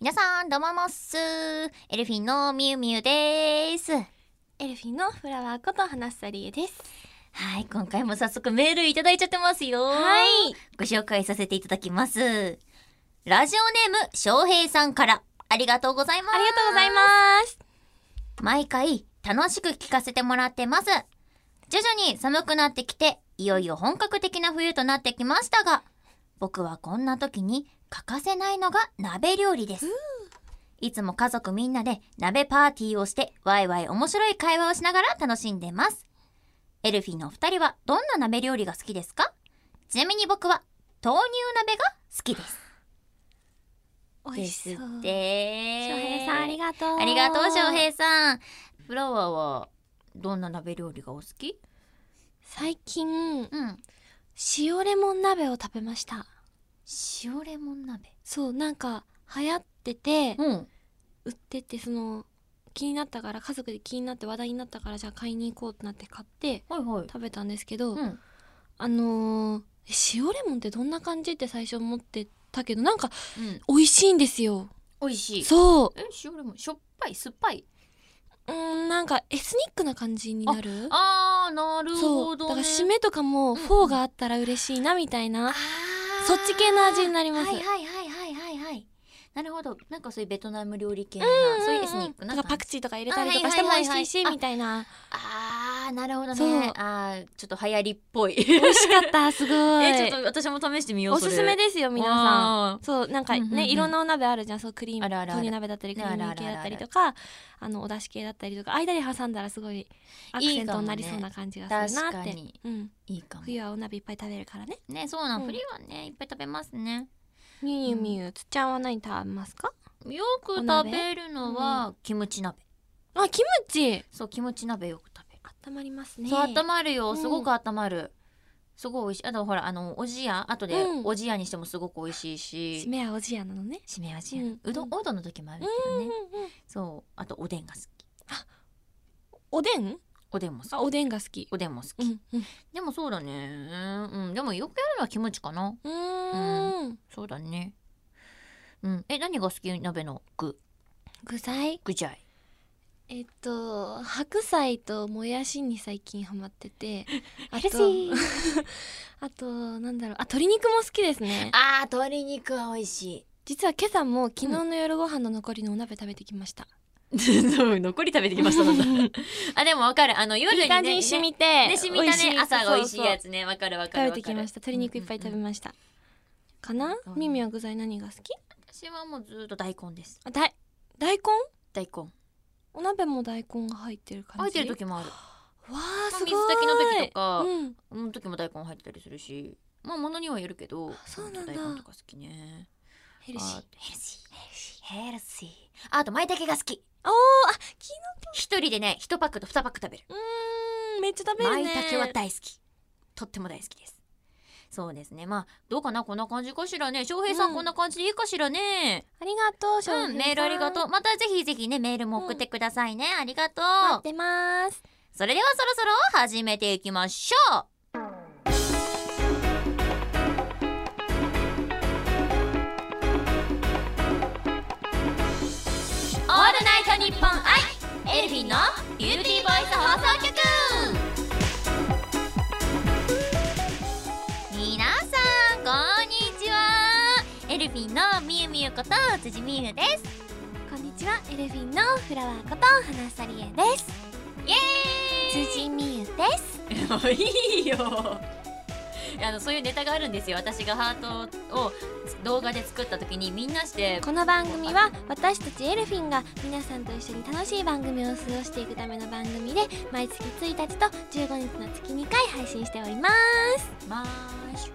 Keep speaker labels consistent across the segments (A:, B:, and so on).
A: 皆さんどうももっすエルフィンのみゆみゆですは
B: エルフィンのフラワーこと花さりえです。
A: い今回も早速メールいただいちゃってますよ
B: はい。
A: ご紹介させていただきますラジオネーム翔平さんからありがとうございます
B: ありがとうございます。
A: 毎回楽しく聞かせてもらってます徐々に寒くなってきていよいよ本格的な冬となってきましたが僕はこんな時に欠かせないのが鍋料理ですいつも家族みんなで鍋パーティーをしてワイワイ面白い会話をしながら楽しんでますエルフィンのお二人はどんな鍋料理が好きですかちなみに僕は豆乳鍋が好きです
B: お
A: で
B: い
A: す
B: し
A: って
B: そう。翔平さんありがとう。
A: ありがとう翔。平さん。フラワーはどんな鍋料理がお好き？
B: 最近
A: うん。
B: 塩レモン鍋を食べました。
A: 塩レモン鍋。
B: そうなんか流行ってて
A: うん。
B: 売っててその気になったから家族で気になって話題になったからじゃあ買いに行こうってなって買って
A: はいはい。
B: 食べたんですけど、
A: うん。
B: あのーえ塩レモンってどんな感じって最初思ってたけどなんか
A: うん。
B: 美味しいんですよ。
A: 美味しい。
B: そう。
A: え塩レモンしょっぱい酸っぱい。
B: うーんなんかエスニックな感じになる
A: あーなる
B: そ
A: ほ
B: う
A: ど
B: だ
A: ね。
B: から締めとかもフォーがあったら嬉しいなみたいな、
A: あー
B: そっち系の味になります
A: はいはいはいはいはいはい。なるほど。なんかそういうベトナム料理系な、そういうエスニックな
B: なんかパ
A: 感
B: ク
A: じ。
B: チーとか入れたりとかしても美味しいしみたいな
A: あーなるほど
B: そう
A: ね。あーちょっと流行りっぽい。
B: 美味しかったすごい
A: えちょっと私も試してみよう。
B: おすすめ
A: で
B: ですよ皆さん
A: ん。
B: そうなんかね、
A: うんうんうん
B: いろんなお鍋あるじゃんそうクリーム
A: あるあるある
B: 豆乳鍋だったりクリー
A: ある
B: ム
A: ある
B: 系
A: ある
B: だったりとかあのお出汁系だったりとか間で挟んだらすごいアクセントになりそうな感じがするなって
A: いいかもね
B: うん、
A: いいかも。
B: 冬はお鍋いっぱい食べるからね
A: ねそうなん、
B: うん
A: 冬はねいっぱい食べますね
B: みゆゆみゆつっちゃんは何食べますか
A: よく食べるのは、キムチ鍋
B: あキムチ
A: そうキムチ鍋よく食べる、
B: 温まりますね。
A: そう温まるよ
B: うん
A: すごく温まる、すごい美味しいあとほらあのおじやあとで
B: うん
A: おじやにしてもすごく美味しいし、
B: 締めはおじやなのね。
A: しめ味や、う
B: うん
A: どんおうどんの時もあるけどね、そうあとおでんが好き
B: おでん？
A: おでんも好き
B: あおでんが好き。
A: おでんも好き、
B: うんうん。
A: でもそうだねうんでもよくやるのはキムチかな
B: うーん。
A: そうだねうんえ何が好き鍋の具
B: 具材？
A: 具材
B: えっと白菜ともやしに最近ハマってて、あ
A: ヘルシー
B: あとなんだろうあ鶏肉も好きですね。
A: あー鶏肉は美味しい
B: 実は今朝も昨日の夜ご飯の残りのお鍋食べてきました。
A: そう残り食べてきましたなんだ あでもわかるあの夜に、ね、
B: いい感じに染みて、
A: ねね染みた
B: 美味し
A: ね
B: い
A: 朝が美味しいや
B: そう
A: つねわかるわか
B: そう
A: るわか
B: 食べ
A: る
B: てきました。鶏肉いっぱい食べました。かな？
A: うん
B: ミミは具材何が好き？
A: 私はもうずっと大根です
B: あだい大根？
A: 大根
B: お鍋も大根が入ってる感
A: 入っ
B: じ
A: てる時もある
B: わあ
A: まあ
B: すごい
A: 水炊きの時とか
B: うん、
A: うん時も大根入ってたりするしまあ物にはよるけど
B: そうなんだ
A: 大根とか好きね
B: ヘルシー
A: あヘルシーヘルシーああと舞茸が好き
B: おーあき
A: 一人でね一パックと二パック食べる
B: うーんめっちゃ食べるね
A: 舞茸は大好きとっても大好きですそうですねまあどうかなこんな感じかしらね翔平さん、
B: うん
A: こんな感じでいいかしらね
B: ありがとう翔平
A: う
B: さん
A: んメールありがとうまたぜひぜひねメールも送ってくださいね、ありがと
B: 待っ
A: う
B: てます
A: それではそろそろ始めていきましょうオールナイトニッポン愛エルフィンのビューティーボイス放送局皆さんこんにちはエルフィンのみゆみゆこと辻みゆです
B: こんにちはエルフィンのフラワーこと花さりえです
A: イエーイ
B: 辻美優です
A: もういいよいやあのそういうネタがあるんですよ私がハートを動画で作った時にみんなして
B: この番組は私たちエルフィンが皆さんと一緒に楽しい番組を過ごしていくための番組で毎月1日と15日の月2回配信しております
A: まーし4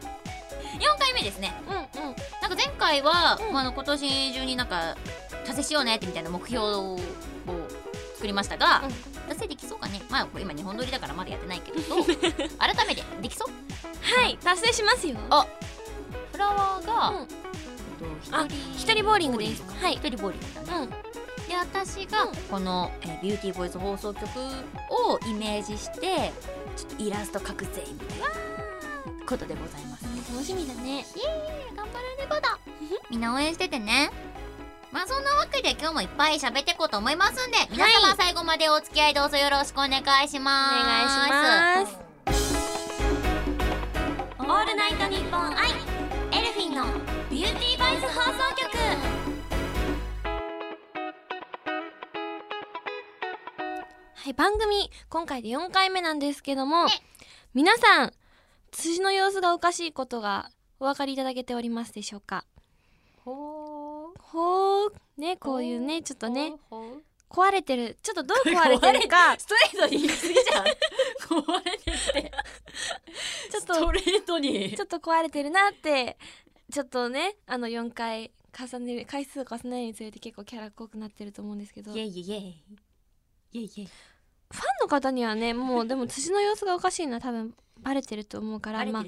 A: 回目ですね
B: うんうん
A: なんか前回は、
B: うん
A: まあ、あの今年中になんか達成しようねってみたいな目標を作りましたが、
B: うん
A: 達成できそうかねまあこれ今日本撮りだからまだやってないけど 改めてできそう
B: はい達成しますよ
A: あフラワーが、
B: うん
A: えっと
B: あ一人ボーリングですはい
A: 一人ボーリングだね
B: うん
A: で私が
B: うん
A: この、えービューティーボイス放送局をイメージしてちょっとイラスト描くぜみたいなことでございます
B: 楽しみだね
A: 頑張らねばだみんな応援しててねまあそんなりで今日もいっぱい喋っていこうと思いますんで、皆様最後までお付き合いどうぞよろしくお願いします。
B: お願いします
A: オールナイトニッポンアイエルフィンのビューティーバイス放送局
B: はい、番組、今回で4回目なんですけども
A: ね、
B: 皆さん、辻の様子がおかしいことがお分かりいただけておりますでしょうか
C: ほー
B: ほう、ね、こういうね、ちょっとね、
C: ほーほー
B: 壊れてる、ちょっとどう 壊れてるか、ち
C: ストレートに言い過ぎじゃん壊れてきて
B: ょっ
C: スト
B: と、
C: レートに
B: ちょっと壊れてるなって、ちょっとね、あの4回重ねる、回数を重ねるにつれて結構キャラ濃くなってると思うんですけど、ファン
C: イイエイイエイイエイ
B: の方にはね、もうでも辻の様子がおかしいのは多分バレてると思うから、まあ、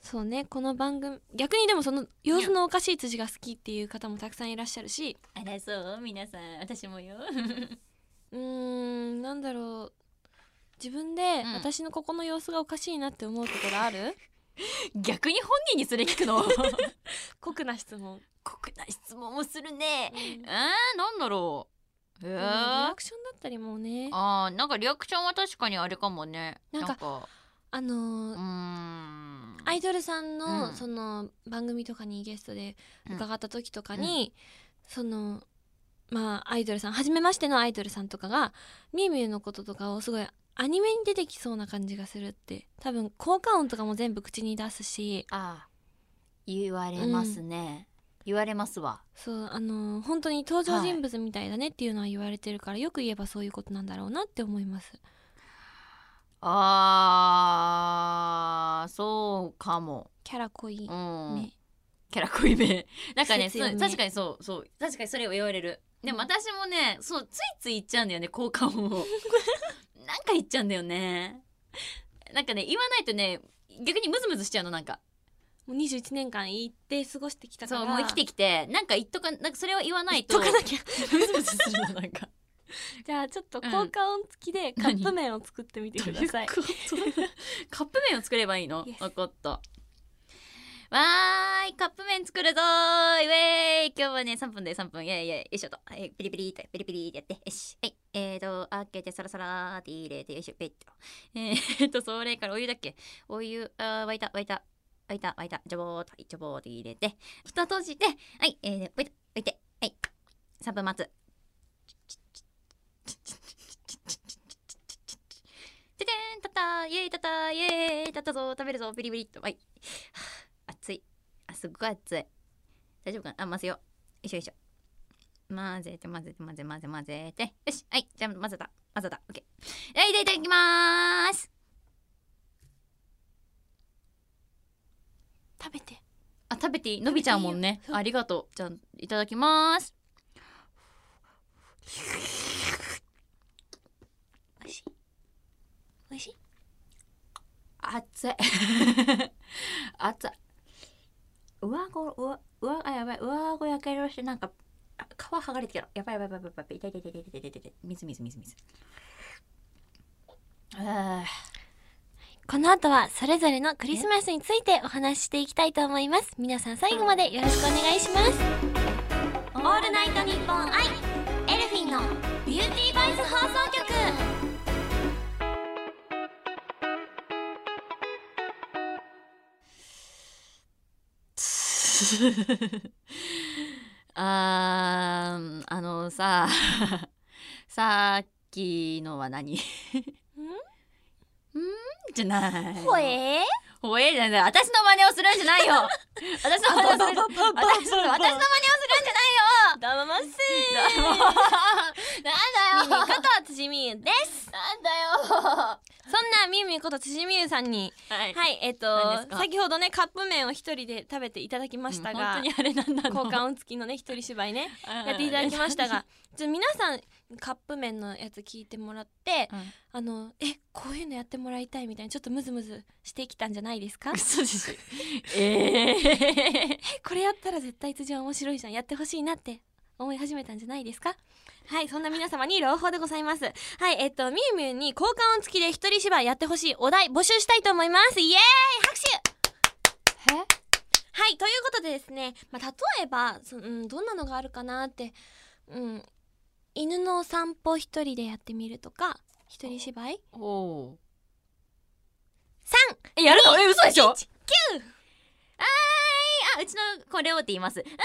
B: そうねこの番組逆にでもその様子のおかしい辻が好きっていう方もたくさんいらっしゃるし
C: あらそう皆さん私もよ
B: うーんなんだろう自分で
A: うん
B: 私のここの様子がおかしいなって思うところある、
C: 逆に本人にそれ聞くの
B: 酷な質問、
C: 酷な質問をするね
B: うん
A: えー、なんだろうえ
B: リアクションだったりもねあ
A: あーなんかリアクションは確かにあれかもね
B: なんかの
A: うー
B: ー
A: ん
B: アイドルさんの、
A: うん
B: その番組とかにゲストで
A: うん
B: 伺った時とかに、そのまあアイドルさん初めましてのアイドルさんとかがみゆみゆのこととかをすごいアニメに出てきそうな感じがするって多分効果音とかも全部口に出すし
A: あ言われますね、言われますわ
B: そうあの本当に登場人物みたいだねっていうのは言われてるから、よく言えばそういうことなんだろうなって思います。
A: あーそうかも
B: キャラ濃い、
A: うん、
B: ね
A: キャラ濃いめ なんかね
B: 季節よね
A: そう確かにそうそう確かにそれを言われるでも
B: うん
A: 私もねそうついつい言っちゃうんだよね効 果音をなんか言っちゃうんだよねなんかね言わないとね逆にムズムズしちゃうのなんか
B: もう21年間行って過ごしてきたから
A: そうもう生きてきてなんか言っとかなんかそれは言わないと
B: 解か なきゃ
A: ムズムズするのなんか
B: じゃあちょっと効果音付きでカップ麺を作ってみてください。
A: カップ麺を作ればいいの
B: Yes
A: 分かったわーいカップ麺作るぞーいウェーイ今日はね3分で3分いやいやよいしょと、はい、ピリピリってピリピリってやってよしはいえーと開けてサラサラーって入れてよいしょペッとえーとそれからお湯だっけお湯あー沸いた沸いた沸いた沸いたジョボーっとはいジョボーって入れて蓋閉じてはいえーと、沸いた沸いてはい3分待つててんたったイエーイたったイエーイたったぞ食べるぞビリビリっとはいはぁ熱いあすっごい熱い大丈夫かなあ混ぜようよいしょよいしょ混ぜて混ぜて混ぜ混ぜ混ぜてよしはいじゃあ混ぜた混ぜたオッケーはいでいただきまーす
B: 食べて
A: あ食べていいのびちゃうもんね
B: そう
A: ありがとうじゃあいただきます
B: 美味しい美味しい
A: 熱い熱い上ご上上あやばい上ご焼けるしなんかあ皮剥がれてきたやばいやばいやばいやばい痛い痛い痛い痛い痛い痛い痛い水水水水あ
B: この後はそれぞれのクリスマスについてお話ししていきたいと思います皆さん最後までよろしくお願いします
A: オールナイトニッポンアイエルフィンのビューティーバイス放送局 あーあのささっきのは何んんじゃない
B: え
A: ほえじゃない私の真似をするんじゃないよ私の真似をする私の私の真似をするんじゃないよ
B: どうもまっす
A: もうなんだよ
B: こと辻美優です
A: なんだよ
B: そんなみゆみゆこと辻美優さんに
A: はい
B: はいえっ、
A: 何です
B: と
A: か
B: 先ほどねカップ麺を一人で食べていただきましたが、
A: 本当にあれなんだろう
B: 交換音付きのね一人芝居ね やっていただきましたがちょ皆さんカップ麺のやつ聞いてもらって
A: うん
B: あのえこういうのやってもらいたいみたいなちょっとムズムズしてきたんじゃないですか
A: 嘘でしょええ
B: これやったら絶対辻は面白いじゃんやってほしいなって思い始めたんじゃないですかはいそんな皆様に朗報でございますはいえっとみゆみゆに交換音付きで一人芝居やってほしいお題募集したいと思いますイエーイ拍手はいということでですね、まあ、例えばそ、うん、どんなのがあるかなってうん、犬のお散歩一人でやってみるとか一人芝居
C: おお
B: 3
C: えやるのえ嘘でしょ
A: あうちの子レオって言いますあーレオや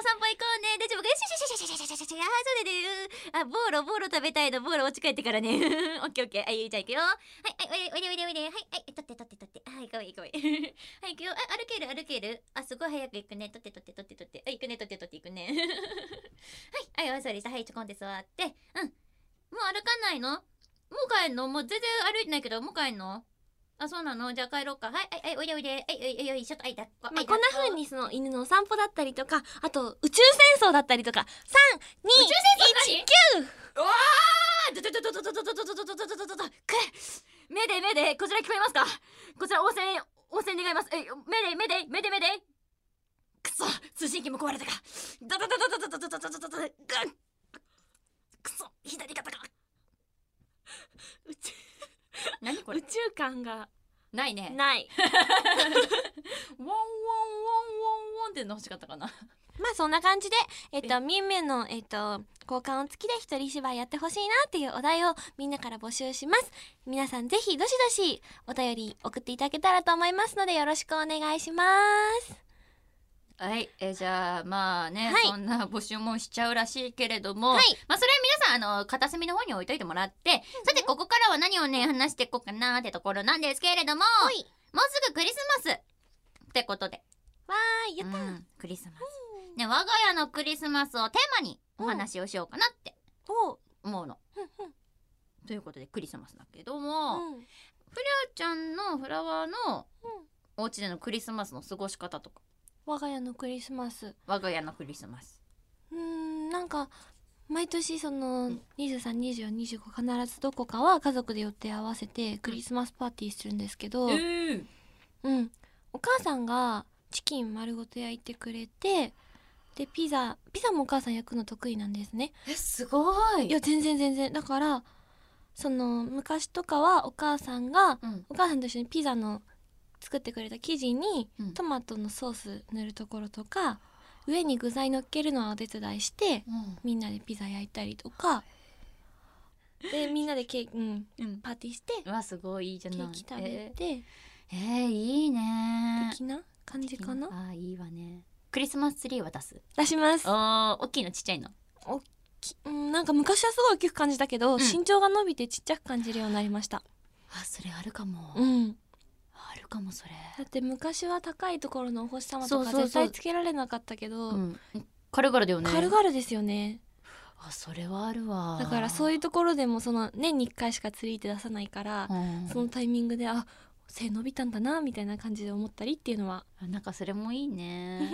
A: お散歩行こうねでちょ僕シュシュシュシュシュシュシュシュシュあーそうだねうーあボーロボーロ食べたいのボーロ落ち帰ってからね オッケーオッケーあゆいちゃん行くよはいはいおいでおいでおいでおいではいはい取って取って取ってはいかわいいかわいいはい行くよあ歩ける歩けるあすごい早く行くね取って取って取って取ってあ行くね取って取って行くね はいはいそうでしたはいちょこんで座ってうんもう歩かないのもう帰んのもう全然歩いてないけどもう帰んのあそうなのじゃあ帰ろうかはいはいはいおいでおいではいはいはいはいちょっとあいだっこ
B: ま
A: あ
B: あ、
A: い
B: こ
A: だっ
B: ん
A: こ
B: な風にその犬のお散歩だったりとかあと宇宙戦争だったりとか
A: 宇宙戦争何うわーどどどどどどどどどどどどどどどく目で目でこちら聞こえますかこちら応戦応戦願いますえ目で目で目で目でくそ通信機も壊れたかどどどどどどどどどどどどくそ左肩か
B: 3宇宙
A: 何こ
B: 宇宙感が
C: ないね
B: ない
C: ワンワンワンワンワンっての欲しかったかな
B: まあそんな感じで、えっと、みんみんの、えっと、交換を付きで一人芝居やってほしいなっていうお題をみんなから募集します。皆さんぜひどしどしお便り送っていただけたらと思いますのでよろしくお願いします。
C: はい、えーじゃあまあね、
B: はい
C: そんな募集もしちゃうらしいけれども、
B: はい
A: まあそれは皆さんあの片隅の方に置いといてもらって、さてここからは何をね話していこうかなってところなんですけれども、
B: い
A: もうすぐクリスマスってことで、
B: わーい、やったー、
A: うんクリスマス、ね、我が家のクリスマスをテーマにお話をしようかなって
B: おう
A: 思うの。
B: ふんふん
A: ということでクリスマスだけども、ふら
B: うん
A: ちゃんのフラワーの
B: うん
A: お家でのクリスマスの過ごし方とか
B: 我が家のクリスマス。
A: 我が家のクリスマス。
B: うーん、なんか、毎年その
A: ん
B: 23、24、25必ずどこかは家族で予定合わせてクリスマスパーティーするんですけど、
C: ー
B: うん、お母さんがチキン丸ごと焼いてくれてでピザピザもお母さん焼くの得意なんですね
C: えすごい
B: いや全然全然だからその昔とかはお母さんが
A: うん、
B: お母さんと一緒にピザの作ってくれた生地に
A: うん
B: トマトのソース塗るところとか上に具材乗っけるのはお手伝いしてみんなでピザ焼いたりとかでみんなでケーキ、うん、
C: うん
B: パーティーして
C: うわすごいいいじゃ
B: ケ
C: ない
B: ーキ食べて
A: えー、いいね
B: 的な感じかな
A: あーいいわねクリスマスツリーは出す
B: 出します
A: あー大きいのちっちゃいの
B: きうん、なんか昔はすごい大きく感じたけど、
A: ん
B: 身長が伸びてちっちゃく感じるようになりました。
A: あそれあるかも、
B: うん、
A: あるかもそれ、
B: だって昔は高いところのお星様
A: そ
B: と
A: う
B: か
A: そうそう
B: 絶対つけられなかったけど、
A: ん、軽々だよね
B: 軽々ですよね。
A: あそれはあるわ
B: だからそう
A: い
B: いうところでもその年に1回しか釣りって出さないから、
A: うん、
B: そのタイミングであ背伸びたんだなみたいな感じで思ったりっていうのは。
A: なんかそれもいいね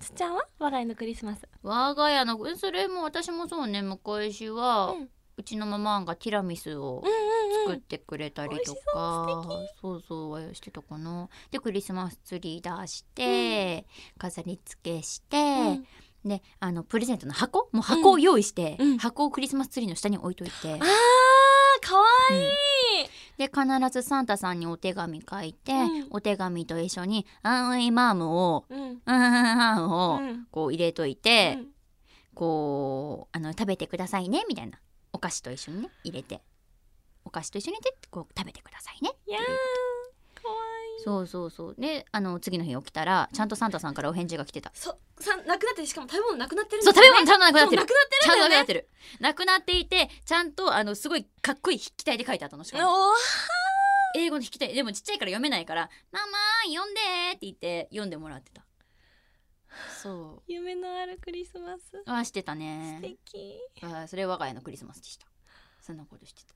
B: つっちゃんは我が家のクリスマス。
A: 我が家のそれも私もそうね昔は、
B: うん
A: うちのママがティラミスを
B: うん
A: 作ってくれたりとか、そうそうしてたかなでクリスマスツリー出して、飾り付けして、
B: うん
A: であのプレゼントの箱もう箱を用意して、
B: うんうん
A: 箱をクリスマスツリーの下に置いといて、
B: あーかわいい、
A: で必ずサンタさんにお手紙書いて、
B: うん
A: お手紙と一緒に「アンイマームを」
B: うん
A: アンアン
B: う
A: を、
B: ん
A: こう入れといて、
B: うん
A: こうあの食べてくださいねみたいなお菓子と一緒にね入れてお菓子と一緒にでこう食べてくださいね
B: いやーかわいい。
A: そうそうそうであの次の日起きたらちゃんとサンタさんからお返事が来てた、
B: そさなくなってるしかも食べ物なくなってるん
A: そう食べ物ちゃんとなくなって
B: な
A: る
B: くなっ
A: ち
B: て
A: ゃ
B: る
A: ん
B: ん
A: となく
B: だよ
A: なっ
B: ね
A: てるなくなっていてちゃんとあのすごいかっこいい筆記体で書いてあったのしかも
B: おー
A: 英語の筆記体でもちっちゃいから読めないから「ママ読んで」って言って読んでもらってたそ
B: 夢のあるクリスマス
A: うはしてた
B: 素
A: ね
B: 敵
A: あそれ我が家のクリスマスでしたそんなことしてたね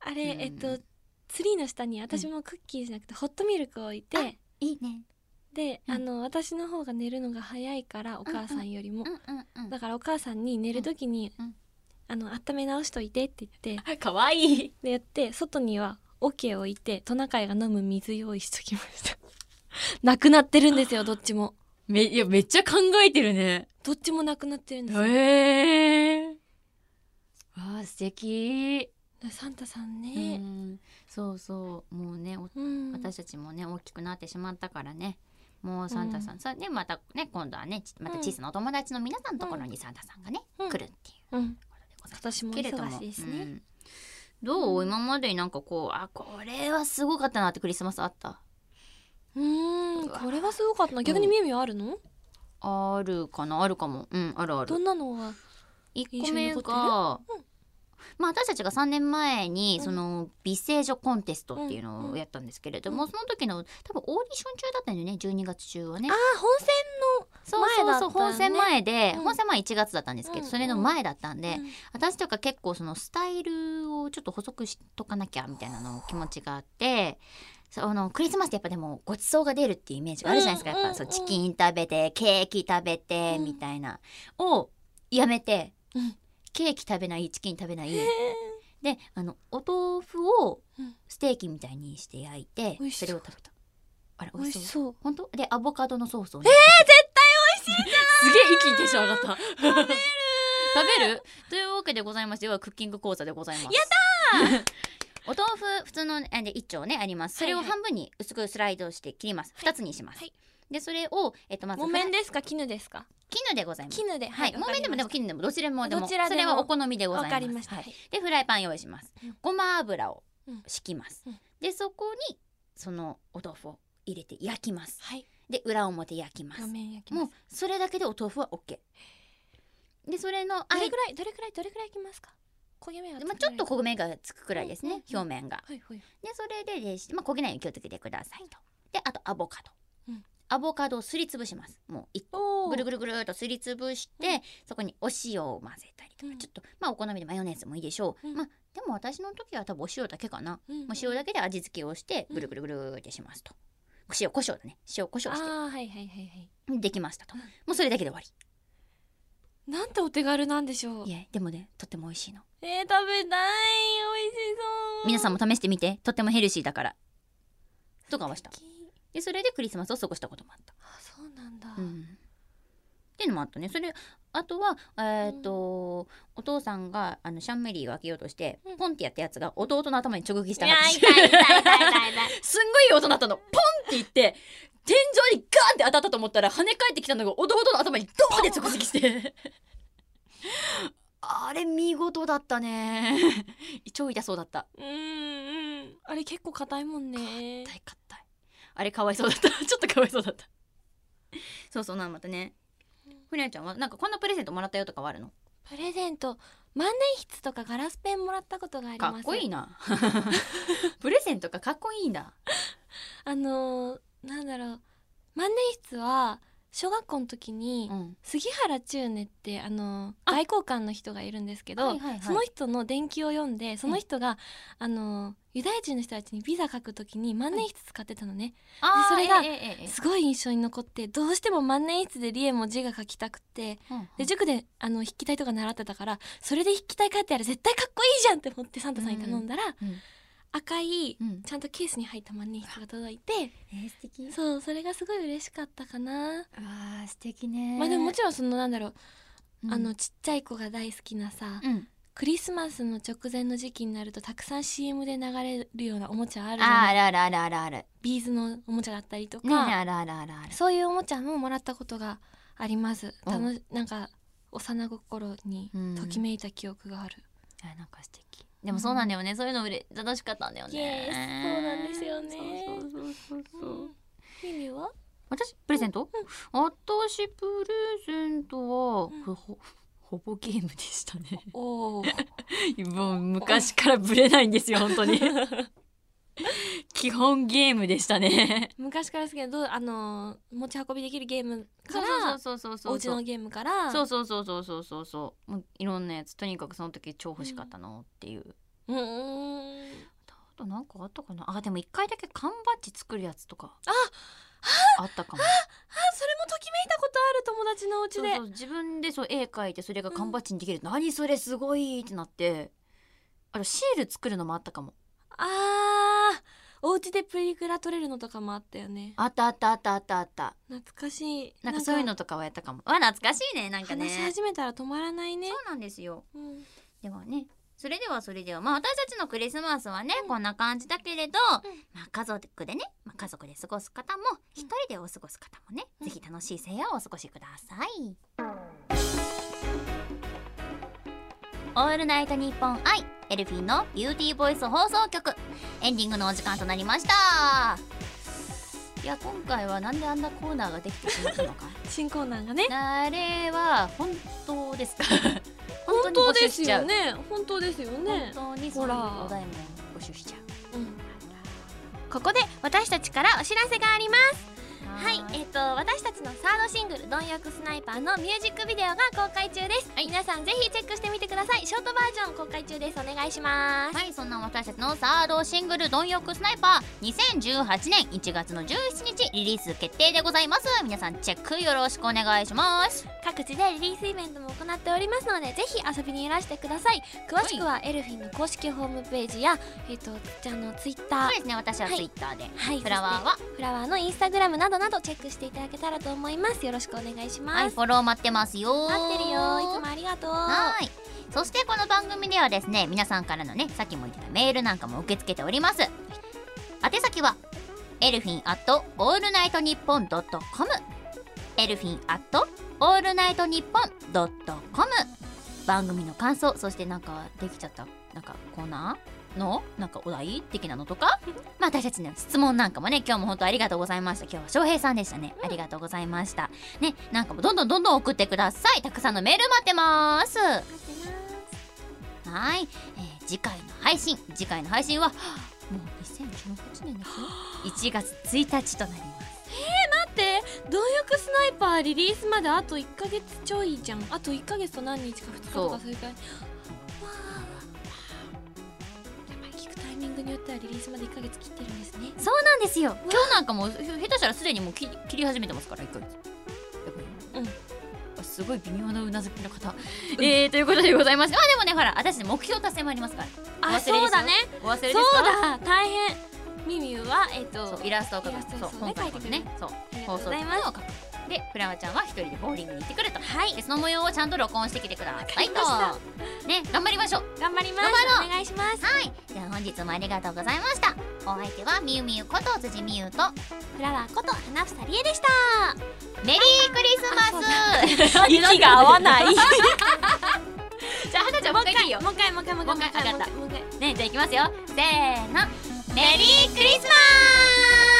B: あれ、
A: うん
B: えっとツリーの下に私もクッキーじゃなくてホットミルクを置いて、
A: あいいね
B: で、
A: うん
B: あの私の方が寝るのが早いからお母さんよりも、
A: うんうんうん
B: だからお母さんに寝る時に、
A: うん
B: あの温め直しといてって言って
C: かわいい
B: でやって外には桶を置いてトナカイが飲む水用意しときました なくなってるんですよどっちも
C: めいやめっちゃ考えてるね
B: どっちもなくなってるんですよ
C: へえわあ素敵
B: サンタさん
A: う
B: ね、
A: んそうそうもうねお
B: うん、
A: 私たちもね大きくなってしまったからねもうサンタさん、さねまたね今度はねちまた小さなお友達の皆さんのところにサンタさんがね、
B: うん
A: 来るって
B: うん
A: ござい
B: 今年も
A: けれども
B: 忙しいですね、
A: うんどう今までになんかこうあこれはすごかったなってクリスマスあった
B: うーんこれはすごかったな逆にみゆみゆあるの、
A: あるかなあるかもうんあるあ
B: ど
A: る
B: んなのは
A: 1個目
B: 印象
A: が
B: に残ってるうん
A: まあ私たちが3年前に
B: うん
A: その美声女コンテストっていうの
B: う
A: を
B: ん
A: やったんですけれども、その時の多分オーディション中だったんだよね12月中はね
B: あー本戦
A: そうそうそう、
B: 前だ
A: 本
B: ったよ
A: 戦
B: ね
A: 前で、
B: うん
A: 本戦前1月だったんですけど、
B: うん
A: それの前だったんで、
B: うん
A: 私とか結構そのスタイルをちょっと細くしとかなきゃみたいなの気持ちがあって。そのクリスマスってやっぱでもごちそうが出るっていうイメージがあるじゃないですか、
B: うん
A: やっぱ
B: うん
A: そうチキン食べてケーキ食べて
B: うん
A: みたいな、をやめて、
B: うん
A: ケーキ食べないチキン食べない
B: へー
A: であのお豆腐を
B: うん
A: ステーキみたいにして焼いて、
B: 美味しそ
A: そうれを食べたあれ美
B: 美
A: 味し
B: 味
A: そう
B: しそう
A: 本当でアボカドのソースをね、
C: すげえ一気にテンション上がった
A: 食べるというわけでございまして要はクッキング講座でございますやったー お豆腐普通のえで一丁ねありますそれを
B: はいはい
A: 半分に薄くスライドして切ります二つにします、
B: はい
A: でそれをえっとまず
B: 木綿ですか絹ですか
A: 絹でございます
B: 絹では
A: はい、木綿でもでも
B: わか
A: 絹でもどちらもでも
B: どちらでも
A: それはお好みでございます
B: りまし
A: は
B: たわ
A: い
B: かりまし
A: でフライパン用意します
B: うん
A: ごま油を
B: うん
A: 敷きます、
B: うん
A: でそこにそのお豆腐を入れて焼きます
B: たはい
A: で裏表焼きます
B: 木綿焼き
A: もう
B: ます
A: それだけでお豆腐は OK でそれの
B: ど
A: 間
B: れくらいどれくらいどれくらいいきますか焦げ目は
A: まあ、ちょっと
B: は
A: 焦げ目がつくくらいですね、
B: うんうんうん
A: 表面が。
B: いはい
A: でそれでで、まあ、焦げないように気をつけてくださいと。であとアボカド、
B: うん
A: アボカドをすりつぶしますもう一個
B: おー
A: ぐるぐるぐるっとすりつぶして、そこにお塩を混ぜたりとか、
B: うん
A: ちょっとまあお好みでマヨネーズもいいでしょう、
B: うん
A: まあでも私の時は多分お塩だけかな、
B: うん
A: もう塩だけで味付けをしてぐるぐるぐるってしますと。塩コショウだね塩コショウし
B: あーはいはいはいはい
A: てできましたと
B: うん
A: もうそれだけで終わ
B: なんてお手軽なんでしょう
A: りいえでもねとっても美味しいの
B: えー、食べたい美味しそう
A: 皆さん
B: も
A: も試してみてとってもヘルシーだからとかはしたでそれでクリスマスを過ごしたこともあった
B: あそうなんだ、
A: うんっていうのもあったねそれあとはえっ、と、お父さんがあのシャンメリーを開けようとして、
B: うん
A: ポンってやったやつが弟の頭に直撃し
B: い
A: た
B: や
A: ら
B: 痛
A: し
B: い
A: い
B: 痛い痛い痛い痛い
A: すんごいいい音鳴ったのポンって言って天井にガーンって当たったと思ったら跳ね返ってきたのが弟の頭にドーンって直撃してあれ見事だったね 超痛そうだった
B: うんうんあれ結構硬いもんね
A: 硬い硬いあれかわいそうだった ちょっとかわいそうだったそうそうなまたねふにゃちゃんはなんかこんなプレゼントもらったよとかはあるの
B: プレゼント万年筆とかガラスペンもらったことがあり
A: か
B: ます
A: っこいいな プレゼントかかっこいいんだ
B: あのー、なんだろう万年筆は小学校の時に、
A: ん
B: 杉原中根ってあのー外交官の人がいるんですけど、
A: はいはいはい
B: その人の伝記を読んでその人が、あのーユダヤ人の人たちにビザ書くときに万年筆使ってたのね、
A: あー
B: それが
A: えええええ
B: すごい印象に残ってどうしても万年筆で理恵も字が書きたくて
A: えうん
B: で塾であの筆記体とか習ってたからそれで筆記体書いてある絶対かっこいいじゃんって思ってサンタさんに頼んだら、
A: うんうん
B: 赤い
A: うん
B: ちゃんとケースに入った万年筆が届いて
A: えー素敵
B: そうそれがすごい嬉しかったかな、
A: あー素敵ね
B: まあでももちろんそのなんだろう、
A: ろ
B: あのちっちゃい子が大好きなさ、
A: うん
B: クリスマスの直前の時期になるとたくさん CM で流れるようなおもちゃあるじゃ
A: あー
B: な
A: あ
B: い
A: るあるあるあるあるね
B: ビーズのおもちゃだったりと
A: えねえ
B: か、
A: あるあるあるある
B: そういうおもちゃももらったことがあります。
A: うん
B: 楽しなんか幼心にときめいた記憶がある。
A: あなんか素敵でもそうなんだよね、そういうのうれ楽しかったんだよ
B: イエ
A: ね
B: ーイそうなんですよね
A: そうそうそうそうそう、
B: ミミは？
A: 私プレゼント、私プレゼントは、
B: ん
A: これほほぼゲームでしたね
B: おお。
A: もう昔からブレないんですよ本当 に基本ゲームでしたね
B: 昔からですけど、あのー持ち運びできるゲームから、
A: そうそう
B: お家のゲームから、
A: そうそうそうそうそうそうそうもういろんなやつとにかくその時超欲しかったのっていう、
B: うーん。
A: あとなんかあったかなあでも一回だけ缶バッジ作るやつとか
B: あ
A: あったかも
B: あ、それもときめいたことある友達のお
A: そ
B: 家
A: う
B: で。
A: そう自分でそう絵描いてそれが缶バッジにできる、何それすごいってなってあとシール作るのもあったかも
B: ああ、お家でプリクラ撮れるのとかもあったよね。
A: あったあったあったあったあった
B: 懐かしい。
A: なんかそういうのとかはやったかもわ懐かしいねなんかね
B: 話し始めたら止まらないね
A: そ。うなんですよ
B: うん。
A: ではねそれではそれではまあ私たちのクリスマスはね、こんな感じだけれど、まあ、家族でね、まあ、家族で過ごす方も一人でお過ごす方もね、
B: うん
A: ぜひ楽しい聖夜をお過ごしください。オールナイトニッポン愛エルフィンのビューティーボイス放送局エンディングのお時間となりましたいや今回はなんであんなコーナーができてしまったの か
B: 新コーナーがね
A: あれは本当ですか
B: 本当ですよ
A: ね
B: ね本当ですよね
A: 本、当にそういうお題も募集しちゃう
B: うんここで私たちからお知らせがありますはい、えっ、と私たちのサードシングル「貪欲スナイパー」のミュージックビデオが公開中です、皆さんぜひチェックしてみてくださいショートバージョン公開中ですお願いします
A: はい、そんな私たちのサードシングル「貪欲スナイパー」2018年1月の17日リリース決定でございます皆さんチェックよろしくお願いします
B: 各地でリリースイベントも行っておりますのでぜひ遊びにいらしてください詳しくはエルフィンの公式ホームページやえっ、とじゃあのツイッター
A: そうですね私は
B: はい
A: ツイッターで、
B: はい
A: フラワーは
B: フラワーのインスタグラムなどなどチェックしていただけたらと思いますよろしくお願いしま
A: はい
B: す、
A: フォロー待ってますよ
B: 待ってるよいつもありがとう
A: はいそしてこの番組ではですね皆さんからのねさっきも言ってたメールなんかも受け付けております宛先はエルフィンアットオールナイトニッポンドットコムエルフィンアットオールナイトニッポンドットコム番組の感想そしてなんかできちゃったなんかコーナーのなんかお題的なのとかまあ私たちの質問なんかもね今日も本当ありがとうございました今日は翔平さんでしたね、ありがとうございましたねなんかもどんどんどんどん送ってくださいたくさんのメール待ってます
B: 待ってます
A: はい、えー次回の配信次回の配信はは あもう2018年ですよ1月1日となります
B: って「貪欲スナイパー」リリースまであと1か月ちょいじゃんあと1か月と何日か2日と
A: そ
B: か
A: う
B: それくらいわあやばい聞くタイミングによってはリリースまで1か月切ってるんですね
A: そうなんですよ今日なんかもうひょ下手したらすでにもうき切り始めてますから1ヶ月やばい
B: うん
A: あすごい微妙なうなずきの方、えー、ということでございますまあでもねほら私目標達成もありますからお忘れ
B: あ
A: ですよ
B: そうだね
A: お忘れで
B: そう
A: すか
B: だ大変ミミューはえっと
A: そうイラストを描
B: イラス
A: く
B: ト
A: そう
B: そう
A: 今回
B: ね
A: これ
B: 描いて
A: ね
B: く
A: そう
B: ありがとう
A: 放
B: ご
A: 送
B: ざいます
A: を描くでフラワちゃんは一人でボーリングに行ってくるとはいでその模様をちゃんと録音してきてください
B: わか
A: とね頑張りましょう
B: 頑張ります
A: 頑張ろう
B: お願いします
A: はいじゃあ本日もありがとうございましたお相手はみゆみゆこと辻みゆと
B: フラワーこと花房理恵でした
A: メリークリスマス
B: 息が合わない もう
A: じゃあ花ちゃんもう一回いいよ
B: 一回もう一回もう一
A: も
B: 回
A: う一回上がった
B: もう一回
A: ねじゃあいきますよせーのメリークリスマス